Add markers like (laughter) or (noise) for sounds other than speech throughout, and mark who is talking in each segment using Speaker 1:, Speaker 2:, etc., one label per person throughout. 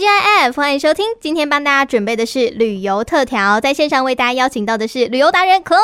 Speaker 1: TGIF，欢迎收听。今天帮大家准备的是旅游特调，在线上为大家邀请到的是旅游达人 Chloe、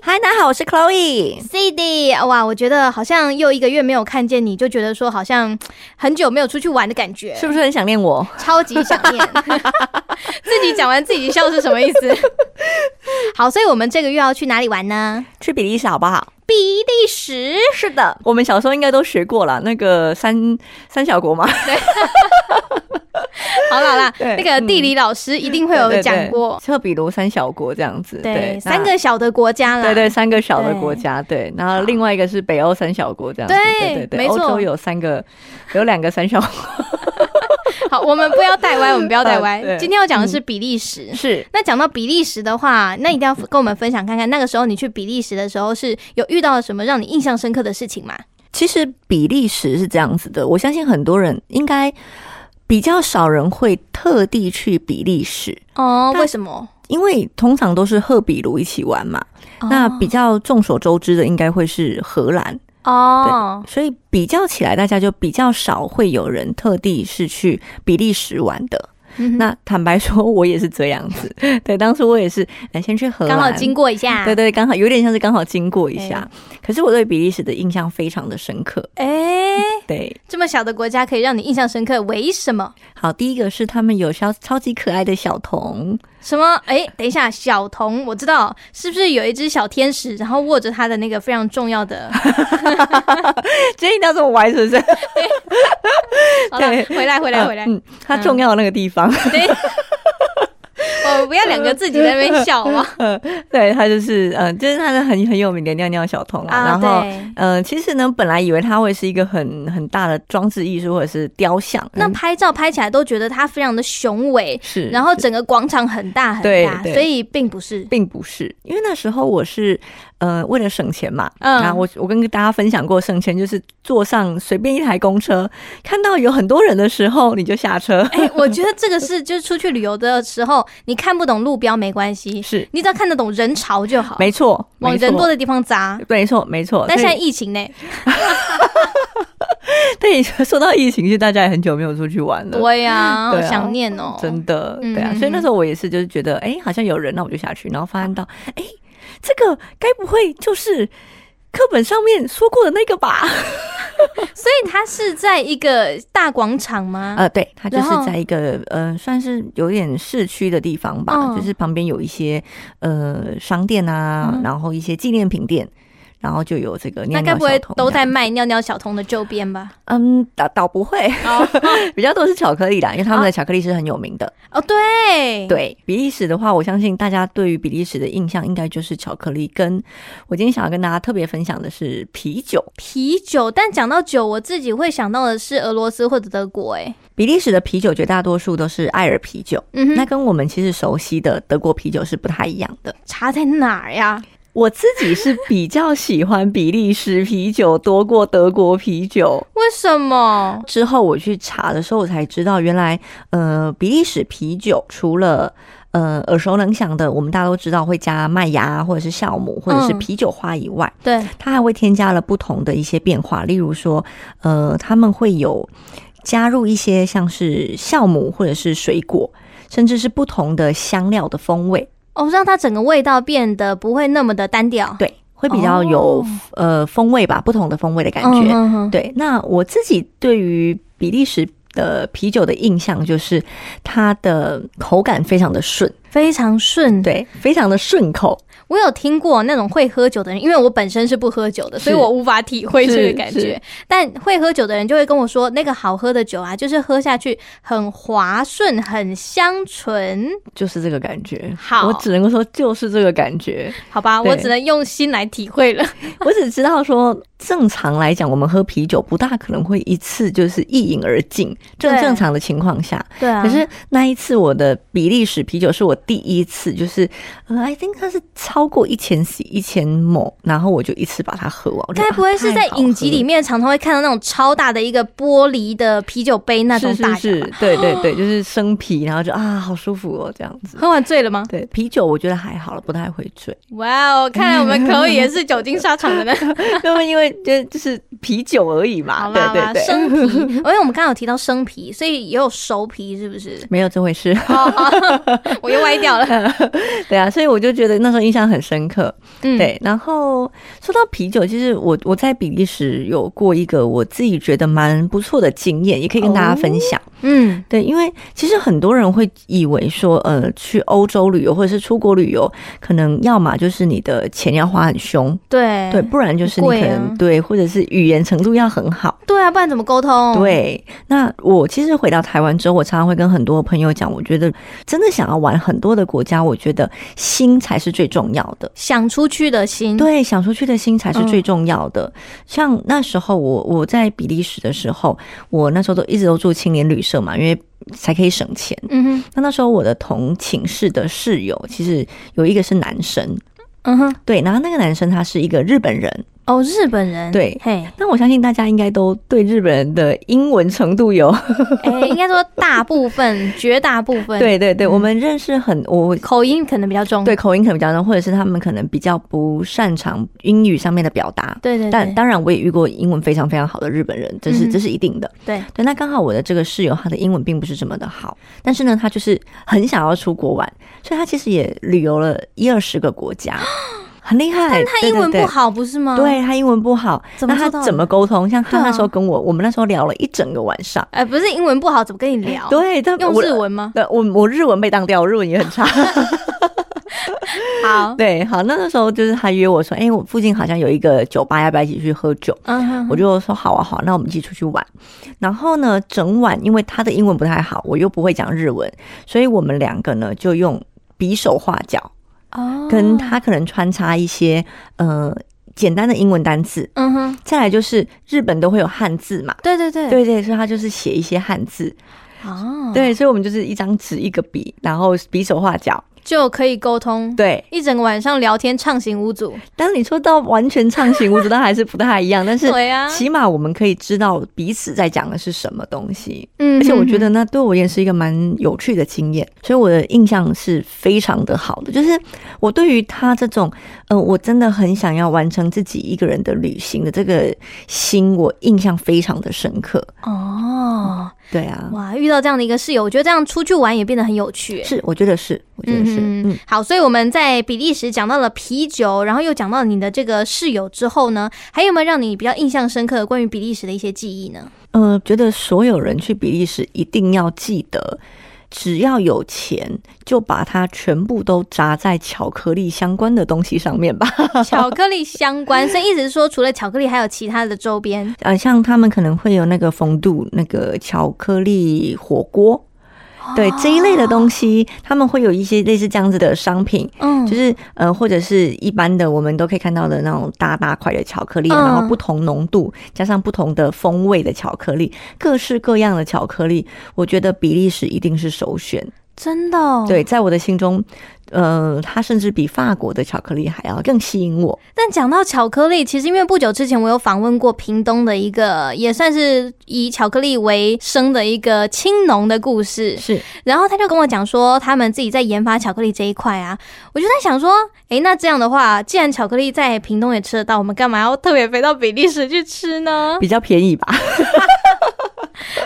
Speaker 2: 嗨，大家好，我是 Chloe。
Speaker 1: C D。哇，我觉得好像又一个月没有看见你，就觉得说好像很久没有出去玩的感觉，
Speaker 2: 是不是很想念我？
Speaker 1: 超级想念。 (laughs) 自己讲完自己笑是什么意思？好，所以我们这个月要去哪里玩呢？
Speaker 2: 去比利时好不好？
Speaker 1: 比利时。
Speaker 2: 是的，我们小时候应该都学过了，那个三三小国嘛。
Speaker 1: 好啦好 (laughs) 啦，那
Speaker 2: 对
Speaker 1: 个地理老师一定 (laughs) 会有讲过，
Speaker 2: 就比如三小国这样子。
Speaker 1: 嗯对，
Speaker 2: 那
Speaker 1: 三个小的国家啦。
Speaker 2: 对对，三个小的
Speaker 1: 对
Speaker 2: 国家，对，然后另外一个是北欧三小国这样子，
Speaker 1: 对
Speaker 2: 对对对，
Speaker 1: 没
Speaker 2: 欧
Speaker 1: 错
Speaker 2: 洲有三个，有两个三小国，
Speaker 1: 好，我们不要带歪，我们不要 (laughs) 带歪
Speaker 2: 啊。对
Speaker 1: 今天要讲的 (laughs) 是比利时。
Speaker 2: 是
Speaker 1: 那讲到比利时的话，那一定要跟我们分享看看，那个时候你去比利时的时候是有遇到了什么让你印象深刻的事情吗？
Speaker 2: 其实比利时是这样子的，我相信很多人应该比较少人会特地去比利时，
Speaker 1: 哦，
Speaker 2: 但
Speaker 1: 为什么？
Speaker 2: 因为通常都是赫比卢一起玩嘛。那比较众所周知的应该会是荷兰，
Speaker 1: 哦，
Speaker 2: 所以比较起来，大家就比较少会有人特地是去比利时玩的。
Speaker 1: 嗯哼
Speaker 2: 那坦白说，我也是这样子。 (laughs) 对，当初我也是，哎，先去荷兰，
Speaker 1: 刚好经过一啊下。
Speaker 2: 对对，刚好有点像是刚好经过一下。可是我对比利时的印象非常的深刻。
Speaker 1: 哎，
Speaker 2: 对，
Speaker 1: 这么小的国家可以让你印象深刻，为什么？
Speaker 2: 好，第一个是他们有超超级可爱的小童， (laughs)
Speaker 1: 什么？哎，等一下，小童，我知道是不是有一只小天使，然后握着他的那个非常重要 (laughs) 的？
Speaker 2: 这一定要这么玩是不是？
Speaker 1: 好了
Speaker 2: 对，
Speaker 1: 回来，回来，回来。
Speaker 2: 嗯，它重要的那个地方， (laughs)
Speaker 1: (laughs) 对，我不要两个自己在那边笑嘛。
Speaker 2: 对，它就是嗯、呃就是它的很很有名的尿尿小童啦。啊
Speaker 1: 啊
Speaker 2: 然后
Speaker 1: (laughs) 对，
Speaker 2: 嗯、呃其实呢，本来以为它会是一个很很大的装置艺术或者是雕像，
Speaker 1: 那
Speaker 2: 嗯
Speaker 1: 拍照拍起来都觉得它非常的雄伟，
Speaker 2: 是，
Speaker 1: 然后整个广场很大很
Speaker 2: 对
Speaker 1: 大，
Speaker 2: 对
Speaker 1: 所以并不是。
Speaker 2: 并不是，因为那时候我是呃为了省钱嘛，
Speaker 1: 嗯
Speaker 2: 啊，我我跟大家分享过，省钱就是坐上随便一台公车，看到有很多人的时候你就下车，
Speaker 1: (laughs) 哎、我觉得这个是就是出去旅游的时候，你看不懂路标没关系，
Speaker 2: 是
Speaker 1: 你只要看得懂人潮就好，
Speaker 2: 没错，
Speaker 1: 往
Speaker 2: 没
Speaker 1: 人
Speaker 2: 错
Speaker 1: 多的地方砸。
Speaker 2: 没错，没错。
Speaker 1: 但现在
Speaker 2: 所以
Speaker 1: 疫情呢，
Speaker 2: (laughs) 对，说到疫情，其实大家也很久没有出去玩了，
Speaker 1: 对呀、好
Speaker 2: 对啊
Speaker 1: 想念哦、
Speaker 2: 真的，
Speaker 1: 嗯
Speaker 2: 对啊。所以那时候我也是，就是觉得，哎、好像有人，那我就下去，然后发现到，哎、这个该不会就是课本上面说过的那个吧？
Speaker 1: 所以它是在一个大广场吗？
Speaker 2: 呃，对，它就
Speaker 1: 啊然后
Speaker 2: 是在一个呃，算是有点市区的地方吧，
Speaker 1: 嗯
Speaker 2: 就是旁边有一些呃商店啊，
Speaker 1: 嗯
Speaker 2: 然后一些纪念品店。然后就有这个
Speaker 1: 那
Speaker 2: 尿
Speaker 1: 该
Speaker 2: 尿
Speaker 1: 不会
Speaker 2: 小童
Speaker 1: 都在
Speaker 2: 这样
Speaker 1: 卖尿尿小童的周边吧？
Speaker 2: 嗯，倒倒不会，
Speaker 1: 哦
Speaker 2: (laughs) 比较多是巧克力啦，因为他们的巧克力是很有名的。
Speaker 1: 哦，对，
Speaker 2: 对比利时的话，我相信大家对于比利时的印象应该就是巧克力。跟我今天想要跟大家特别分享的是啤酒。
Speaker 1: 啤酒，但讲到酒，我自己会想到的是俄罗斯或者德国、欸，
Speaker 2: 比利时的啤酒绝大多数都是艾尔啤酒，
Speaker 1: 嗯哼，
Speaker 2: 那跟我们其实熟悉的德国啤酒是不太一样的。
Speaker 1: 差在哪儿呀？
Speaker 2: 我自己是比较喜欢比利时啤酒多过德国啤酒。
Speaker 1: 为什么？
Speaker 2: 之后我去查的时候，我才知道原来，呃，比利时啤酒除了呃耳熟能详的，我们大家都知道会加麦芽或者是酵母或者是
Speaker 1: 嗯
Speaker 2: 啤酒花以外，
Speaker 1: 对，
Speaker 2: 它还会添加了不同的一些变化，例如说，呃，他们会有加入一些像是酵母或者是水果，甚至是不同的香料的风味，
Speaker 1: 哦，让它整个味道变得不会那么的单调，
Speaker 2: 对，会比较有、
Speaker 1: 哦
Speaker 2: 呃风味吧，不同的风味的感觉。
Speaker 1: 嗯哼
Speaker 2: 对，那我自己对于比利时的啤酒的印象就是它的口感非常的顺，
Speaker 1: 非常顺。
Speaker 2: 对，非常的顺口，
Speaker 1: 我有听过那种会喝酒的人，因为我本身是不喝酒的，
Speaker 2: 是
Speaker 1: 所以我无法体会
Speaker 2: 是
Speaker 1: 这个感觉
Speaker 2: 是。
Speaker 1: 但会喝酒的人就会跟我说，那个好喝的酒啊，就是喝下去很滑顺、很香醇。
Speaker 2: 就是这个感觉。
Speaker 1: 好
Speaker 2: 我只能够说就是这个感觉。
Speaker 1: 好吧，
Speaker 2: 对
Speaker 1: 我只能用心来体会了。
Speaker 2: (laughs) 我只知道说，正常来讲，我们喝啤酒不大可能会一次就是一饮而尽，正
Speaker 1: 对
Speaker 2: 正常的情况下。
Speaker 1: 对啊
Speaker 2: 可是那一次，我的比利时啤酒是我第一次，就是呃，I think 它是超过一千 c 一千某，然后我就一次把它喝完。我就
Speaker 1: 该不会是在影集里？面常常会看到那种超大的一个玻璃的啤酒杯那
Speaker 2: 啊太好
Speaker 1: 种大
Speaker 2: 喝了
Speaker 1: 小
Speaker 2: 是是
Speaker 1: (laughs)
Speaker 2: 是，对对对，就是生啤，然后就啊，好舒服哦，这样子。
Speaker 1: 喝完醉了吗？
Speaker 2: 对啤酒，我觉得还好了，不太会醉。 (laughs)
Speaker 1: 哇 (laughs) 哦，看来我们口语也是酒精沙场 (laughs) 的呢。
Speaker 2: 那么因为就就是啤酒而已嘛，
Speaker 1: 好
Speaker 2: 对
Speaker 1: 吧，好
Speaker 2: 对
Speaker 1: 吧
Speaker 2: 对，？
Speaker 1: 生啤，因 (laughs) 为我们刚刚有提到生啤，所以也有熟啤，是不是
Speaker 2: 没有这回事。
Speaker 1: 哦， (laughs) 好我又歪掉了。
Speaker 2: 对啊，所以我就觉得那时候印象很深刻。
Speaker 1: (laughs) 嗯，
Speaker 2: 对，然后说到啤酒，其实我我在比利时有过一个我自己觉得蛮不错的经验，也可以跟大家分享。
Speaker 1: 嗯，
Speaker 2: 对，因为其实很多人会以为说，呃，去欧洲旅游或者是出国旅游，可能要么就是你的钱要花很凶，
Speaker 1: 对，
Speaker 2: 对，不然就是你可
Speaker 1: 嗯贵啊
Speaker 2: 能、对，或者是语言程度要很好。
Speaker 1: 对啊，不然怎么沟通？，
Speaker 2: 对，那我其实回到台湾之后，我常常会跟很多朋友讲，我觉得真的想要玩很多的国家，我觉得心才是最重要的。
Speaker 1: 想出去的心，
Speaker 2: 对，想出去的心才是
Speaker 1: 嗯
Speaker 2: 最重要的。像那时候我我在比利时的时候，我那时候都一直都住青年旅社嘛，因为才可以省钱。
Speaker 1: 嗯哼，
Speaker 2: 那那时候我的同寝室的室友，其实有一个是男生，
Speaker 1: 嗯哼，
Speaker 2: 对，然后那个男生他是一个日本人，
Speaker 1: 哦，日本人，
Speaker 2: 对
Speaker 1: 嘿， (laughs)
Speaker 2: 那我相信大家应该都对日本人的英文程度有
Speaker 1: 哎、应该说大部 (laughs) 分，绝大部分，，
Speaker 2: 对对对，我们认识很我
Speaker 1: 口音可能比较重，
Speaker 2: 对口音可能比较重，或者是他们可能比较不擅长英语上面的表达。
Speaker 1: 对对
Speaker 2: 但
Speaker 1: 对，
Speaker 2: 当然，我也遇过英文非常非常好的日本人，这
Speaker 1: 嗯
Speaker 2: 是
Speaker 1: 哼
Speaker 2: 这是一定的。
Speaker 1: 对，
Speaker 2: 对，那刚好我的这个室友，他的英文并不是这么的好，但是呢，他就是很想要出国玩，所以他其实也旅游了一二十个国家，很厉害。但
Speaker 1: 他英文不，好不是吗？
Speaker 2: 对对，对他英文不好，
Speaker 1: 怎么
Speaker 2: 那
Speaker 1: 做
Speaker 2: 他
Speaker 1: 到的
Speaker 2: 怎么沟通？像
Speaker 1: 对
Speaker 2: 他
Speaker 1: 啊
Speaker 2: 那时候跟我，我们那时候聊了一整个晚上。
Speaker 1: 哎、不是英文不好，怎么跟你聊？，
Speaker 2: 对，但
Speaker 1: 哦用
Speaker 2: 我
Speaker 1: 日文吗？
Speaker 2: 对，我我日文被当掉，我日文也很
Speaker 1: (laughs)
Speaker 2: 差。
Speaker 1: 好，
Speaker 2: 对，好，那那时候就是他约我说，哎、我附近好像有一个酒吧，要不要一起去喝酒？
Speaker 1: 嗯哼，
Speaker 2: 我就说好啊，好啊，那我们一起出去玩。然后呢，整晚因为他的英文不太好，我又不会讲日文，所以我们两个呢就用比手画脚，
Speaker 1: 哦，
Speaker 2: 跟，他可能穿插一些呃简单的英文单字。
Speaker 1: 嗯哼，
Speaker 2: 再来就是日本都会有汉字嘛，
Speaker 1: 对对对，
Speaker 2: 对对，所以他就是写一些汉字，
Speaker 1: 啊，，
Speaker 2: 对，所以我们就是一张纸一个笔，然后比手画脚，
Speaker 1: 就可以沟通，
Speaker 2: 对。
Speaker 1: 一整个晚上聊天畅行无阻，
Speaker 2: 当你说到完全畅行无阻，那还是不太一样，但是
Speaker 1: (laughs) 对啊，
Speaker 2: 起码我们可以知道彼此在讲的是什么东西，
Speaker 1: 嗯
Speaker 2: 而且我觉
Speaker 1: 哼
Speaker 2: 得那对我也是一个蛮有趣的经验，所以我的印象是非常的好的。就是我对于他这种，呃，我真的很想要完成自己一个人的旅行的这个心，我印象非常的深刻。
Speaker 1: 哼哦，
Speaker 2: 对啊，
Speaker 1: 哇，遇到这样的一个室友，我觉得这样出去玩也变得很有趣，
Speaker 2: 是，我觉得是，我觉得是，
Speaker 1: 嗯
Speaker 2: 嗯
Speaker 1: 嗯，好，所以我们在比利时讲到了啤酒，然后又讲到你的这个室友之后呢，还有没有让你比较印象深刻的关于比利时的一些记忆呢？
Speaker 2: 呃，觉得所有人去比利时一定要记得，只要有钱就把它全部都砸在巧克力相关的东西上面吧。
Speaker 1: (laughs) 巧克力相 (laughs) 关，所以一直说除了巧克力，还有其他的周边。
Speaker 2: 呃，像他们可能会有那个冯度那个巧克力火锅，
Speaker 1: 哦
Speaker 2: 对这一类的东西，他们会有一些类似这样子的商品。
Speaker 1: 嗯，
Speaker 2: 就是呃，或者是一般的，我们都可以看到的那种大大块的巧克力，然后
Speaker 1: 嗯
Speaker 2: 不同浓度加上不同的风味的巧克力，各式各样的巧克力，我觉得比利时一定是首选。
Speaker 1: 真的、哦，。
Speaker 2: 对，在我的心中，呃，它甚至比法国的巧克力还要更吸引我。
Speaker 1: 但讲到巧克力，其实因为不久之前我有访问过屏东的一个，也算是以巧克力为生的一个青农的故事。
Speaker 2: 是，
Speaker 1: 然后他就跟我讲说，他们自己在研发巧克力这一块啊，我就在想说，诶，那这样的话，既然巧克力在屏东也吃得到，我们干嘛要特别飞到比利时去吃呢？
Speaker 2: 比较便宜吧？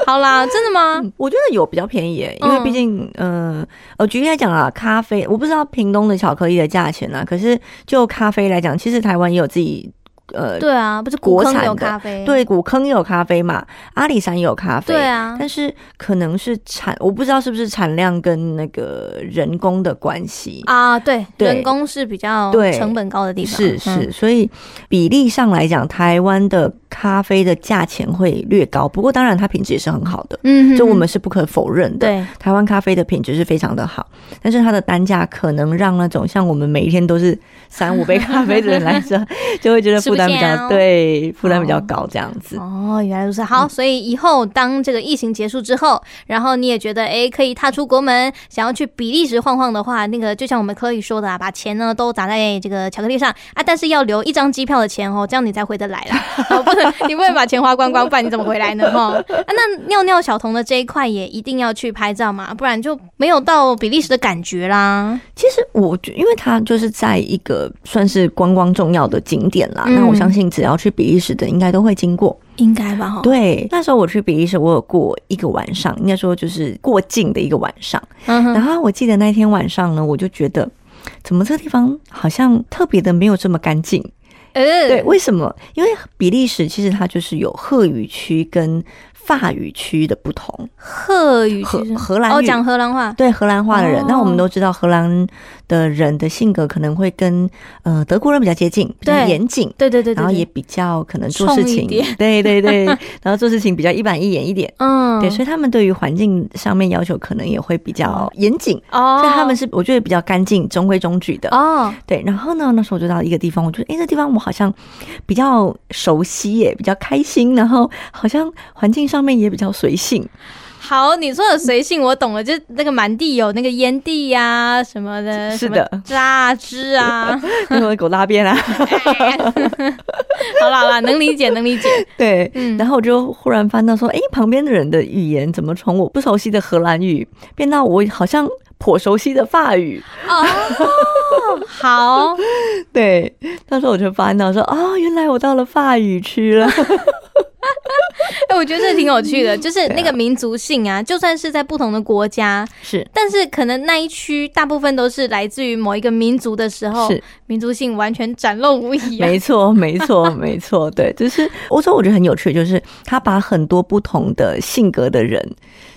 Speaker 1: 好啦，真的吗？
Speaker 2: 我觉得有比较便宜耶，因为毕
Speaker 1: 嗯
Speaker 2: 竟，呃，呃，举例来讲啊，咖啡，我不知道屏东的巧克力的价钱啊，可是就咖啡来讲，其实台湾也有自己，呃，
Speaker 1: 对啊，不是古
Speaker 2: 国
Speaker 1: 坑
Speaker 2: 产
Speaker 1: 有
Speaker 2: 的
Speaker 1: 咖啡，
Speaker 2: 对，古坑有咖啡嘛，阿里山也有咖啡，
Speaker 1: 对啊，
Speaker 2: 但是可能是产，我不知道是不是产量跟那个人工的关系。
Speaker 1: 啊对，
Speaker 2: 对
Speaker 1: 人工是比较
Speaker 2: 对
Speaker 1: 成本高的地方，
Speaker 2: 是
Speaker 1: 嗯
Speaker 2: 是，所以比例上来讲，台湾的咖啡的价钱会略高，不过当然它品质也是很好的，
Speaker 1: 嗯，
Speaker 2: 这我们
Speaker 1: 嗯
Speaker 2: 是不可否认的。
Speaker 1: 对
Speaker 2: 台湾咖啡的品质是非常的好，但是它的单价可能让那种像我们每一天都是三五杯咖啡的人来说，就会觉得 (laughs)
Speaker 1: 吃
Speaker 2: 负担比较对，负担比较高这样子。
Speaker 1: 哦，原来如此。
Speaker 2: 嗯
Speaker 1: 好，所以以后当这个疫情结束之后，然后你也觉得哎可以踏出国门，想要去比利时晃晃的话，那个就像我们科以说的啊，把钱呢都砸在这个巧克力上啊，但是要留一张机票的钱哦，这样你才回得来啦。哦、不
Speaker 2: (laughs)
Speaker 1: 能，你不能把钱花光光，不然你怎么回来呢？哈、哦啊，那尿尿小童的这一块也一定要去拍照嘛，不然就没有到比利时的感觉啦。
Speaker 2: 其实我觉，因为它就是在一个算是观光重要的景点啦，
Speaker 1: 嗯
Speaker 2: 那我相信只要去比利时的，应该都会经过。
Speaker 1: 应该吧？哈，
Speaker 2: 对，那时候我去比利时，我有过一个晚上，应该说就是过境的一个晚上。
Speaker 1: 嗯哼
Speaker 2: 然后我记得那天晚上呢，我就觉得，怎么这个地方好像特别的没有这么干净？
Speaker 1: 呃，
Speaker 2: 对，为什么？因为比利时其实它就是有荷语区跟法语区的不同，
Speaker 1: 荷语
Speaker 2: 荷
Speaker 1: 其实
Speaker 2: 荷兰
Speaker 1: 哦，
Speaker 2: 语
Speaker 1: 讲荷兰话，
Speaker 2: 对荷兰话的人，
Speaker 1: 哦
Speaker 2: 那我们都知道荷兰的人的性格可能会跟呃德国人比较接近，比较
Speaker 1: 对
Speaker 2: 严谨。
Speaker 1: 对对对对
Speaker 2: 然后
Speaker 1: 对
Speaker 2: 也比较可能做事
Speaker 1: 冲一
Speaker 2: 情
Speaker 1: 点，
Speaker 2: 对
Speaker 1: (laughs)
Speaker 2: 对对，然后做事情比较一板一眼一点，
Speaker 1: 嗯，
Speaker 2: 对，所以他们对于环境上面要求可能也会比较严谨，
Speaker 1: 哦，
Speaker 2: 所以他们是我觉得比较干净、中规中矩的。
Speaker 1: 哦，
Speaker 2: 对，然后呢，那时候我就到一个地方，我觉得哎，这地方我好像比较熟悉耶，比较开心，然后好像环境上面也比较随性。
Speaker 1: 好，你说的随性我懂了，就那个满地有那个烟蒂呀、什么的，
Speaker 2: 是的
Speaker 1: 什么渣啊汁啊， (laughs)
Speaker 2: 因为我的狗大便啊， (laughs)
Speaker 1: 哎好啦好啦，能理解能理解，
Speaker 2: 对，
Speaker 1: 嗯
Speaker 2: 然后我就忽然翻到说，哎，旁边的人的语言怎么从我不熟悉的荷兰语变到我好像颇熟悉的法语？ (laughs)
Speaker 1: 哦，好，
Speaker 2: 对，那时候我就翻到说，哦，原来我到了法语区了。 (laughs)
Speaker 1: 哎、我觉得这挺有趣的，就是那个民族性啊，就算是在不同的国家，
Speaker 2: 是
Speaker 1: 但是可能那一区大部分都是来自于某一个民族的时候，
Speaker 2: 是，
Speaker 1: 民族性完全展露无遗啊。
Speaker 2: 没错，没
Speaker 1: (laughs)
Speaker 2: 错，没错，对，就是欧洲，我觉得很有趣，就是他把很多不同的性格的人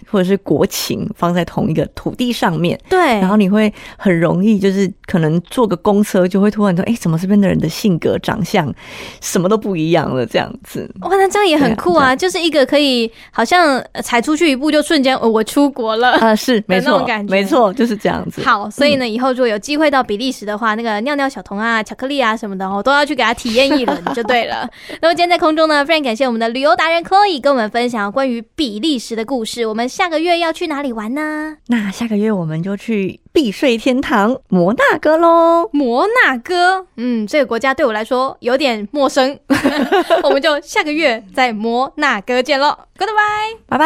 Speaker 2: 或者是国情放在同一个土地上面，
Speaker 1: 对
Speaker 2: 然后你会很容易就是可能坐个公车就会突然说，哎、怎么这边的人的性格、长相什么都不一样了，这样
Speaker 1: (laughs)
Speaker 2: 子。
Speaker 1: 哇，那这样也很酷
Speaker 2: 对
Speaker 1: 啊！就是一个可以好像呃踩出去一步就瞬间、哦、我出国了。
Speaker 2: 啊、是没
Speaker 1: 那种
Speaker 2: 错
Speaker 1: 感，觉
Speaker 2: 没错，就是这样子。
Speaker 1: 好，所以呢，以后如果有机会到比利时的话，那个尿尿小童啊、巧克力啊什么的，我都要去给他体验一轮就对了。 (laughs) 那么今天在空中呢，非常感谢我们的旅游达人 Chloe 跟我们分享关于比利时的故事。我们下个月要去哪里玩呢？
Speaker 2: 那下个月我们就去避税天堂摩纳哥喽。
Speaker 1: 摩纳哥，嗯，这个国家对我来说有点陌生，我们就下个月在摩纳哥见喽，Goodbye。
Speaker 2: 拜拜。